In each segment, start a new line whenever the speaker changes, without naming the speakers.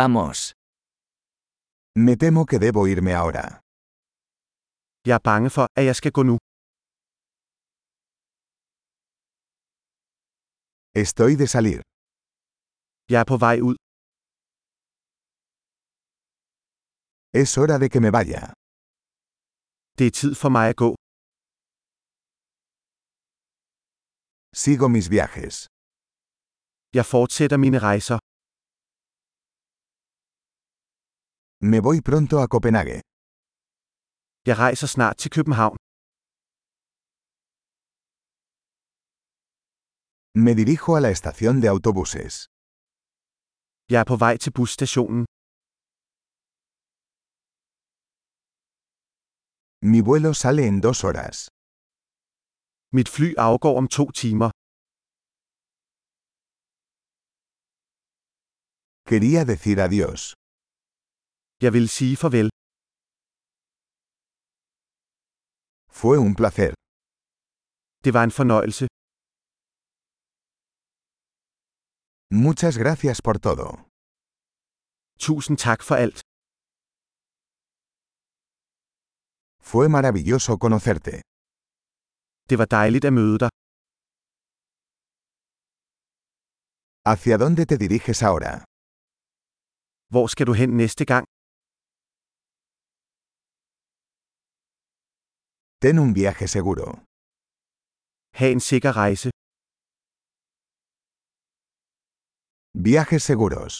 Vamos.
Me temo que debo irme ahora.
Jeg er bange for, at jeg skal gå nu.
Estoy de salir.
Jeg er på vej ud.
Es hora de que me vaya.
Det er tid for mig at gå.
Sigo mis viajes.
Jeg fortsætter mine rejser.
Me voy pronto a Copenhague.
Jeg rejser snart til København.
Me dirijo a la estación de autobuses.
Jeg er på vej til busstationen.
Mi vuelo sale en dos horas.
Mit fly afgår om to timer.
Quería decir adiós.
Jeg vil sige farvel.
Fue un placer.
Det var en fornøjelse.
Muchas gracias por todo.
Tusind tak for alt.
Fue maravilloso conocerte.
Det var dejligt at møde dig.
¿Hacia dónde te diriges ahora?
Hvor skal du hen næste gang?
Ten un viaje seguro.
Ha' en sikker rejse.
Viajes seguros.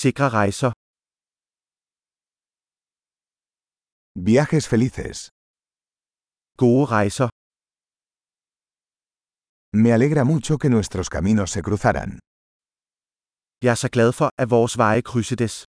Sikre rejser.
Viajes felices.
Gode rejser.
Me alegra mucho que nuestros caminos se cruzaran.
Jeg er så glad for, at vores veje krydsedes.